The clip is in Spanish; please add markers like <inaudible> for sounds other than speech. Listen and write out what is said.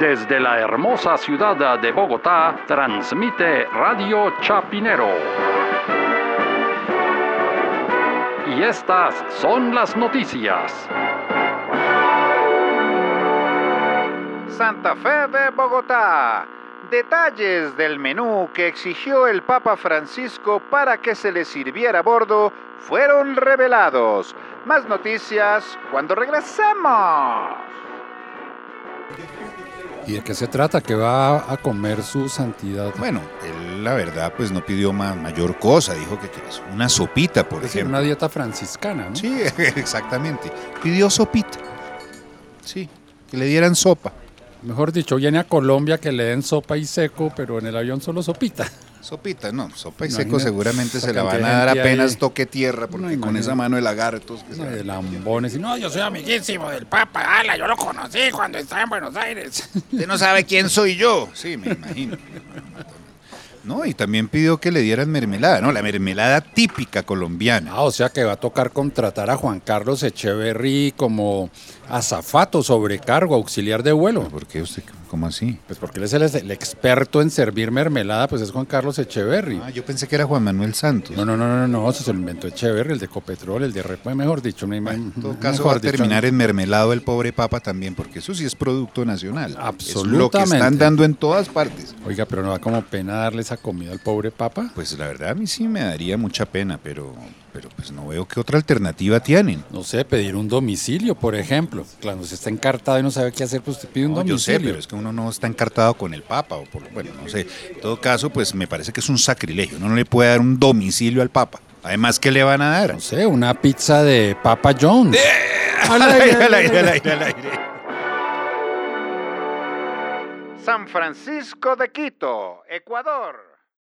Desde la hermosa ciudad de Bogotá, transmite Radio Chapinero. Y estas son las noticias. Santa Fe de Bogotá. Detalles del menú que exigió el Papa Francisco para que se le sirviera a bordo fueron revelados. Más noticias cuando regresemos. ¿Y de qué se trata? ¿Qué va a comer su santidad? Bueno, él la verdad pues no pidió ma- mayor cosa, dijo que quería una sopita, por Es decir, ejemplo. una dieta franciscana, ¿no? Sí, <laughs> exactamente. Pidió sopita. Sí, que le dieran sopa. Mejor dicho, viene a Colombia que le den sopa y seco, pero en el avión solo sopita. Sopita, no, sopa y seco Imagínate, seguramente esa se la van cantidad a de dar gente apenas ahí. toque tierra, porque con imagínate. esa mano de lagartos que se No, van a- de lambones. Y no, yo soy amiguísimo del Papa. Ala, yo lo conocí cuando estaba en Buenos Aires. Usted no sabe quién soy yo. Sí, me imagino. No, y también pidió que le dieran mermelada, ¿no? La mermelada típica colombiana. <laughs> Ah, o sea que va a tocar contratar a Juan Carlos Echeverry como azafato, sobrecargo, auxiliar de vuelo. ¿Por qué usted, cómo así? Pues porque él es el, el experto en servir mermelada, pues es Juan Carlos Echeverry. Ah, yo pensé que era Juan Manuel Santos. No, no, no, no, no, no, eso se lo inventó Echeverry, el de Copetrol, el de Repo, mejor dicho. no hay- En todo mejor caso, va a dicho, terminar en mermelado el pobre papa también, porque eso sí es producto nacional. Es lo que Absolutamente. están dando en todas partes. Oiga, pero no da como pena darle esa comida al pobre papa. Pues la verdad a mí sí me daría mucha pena, pero, pero pues no veo qué otra alternativa tienen. No sé, pedir un domicilio, por ejemplo. Claro, si está encartado y no sabe qué hacer, pues usted pide un No, yo sé, domicilio. pero es que uno no está encartado con el Papa, o por, lo- bueno, no sé. En todo caso, pues me parece que es un sacrilegio. Uno no le puede dar un domicilio al Papa. Además, ¿qué le van a dar? No sé, una pizza de Papa John's. ¡Eh! <laughs> Al aire, al aire, al aire, al aire. San Francisco de Quito, Ecuador.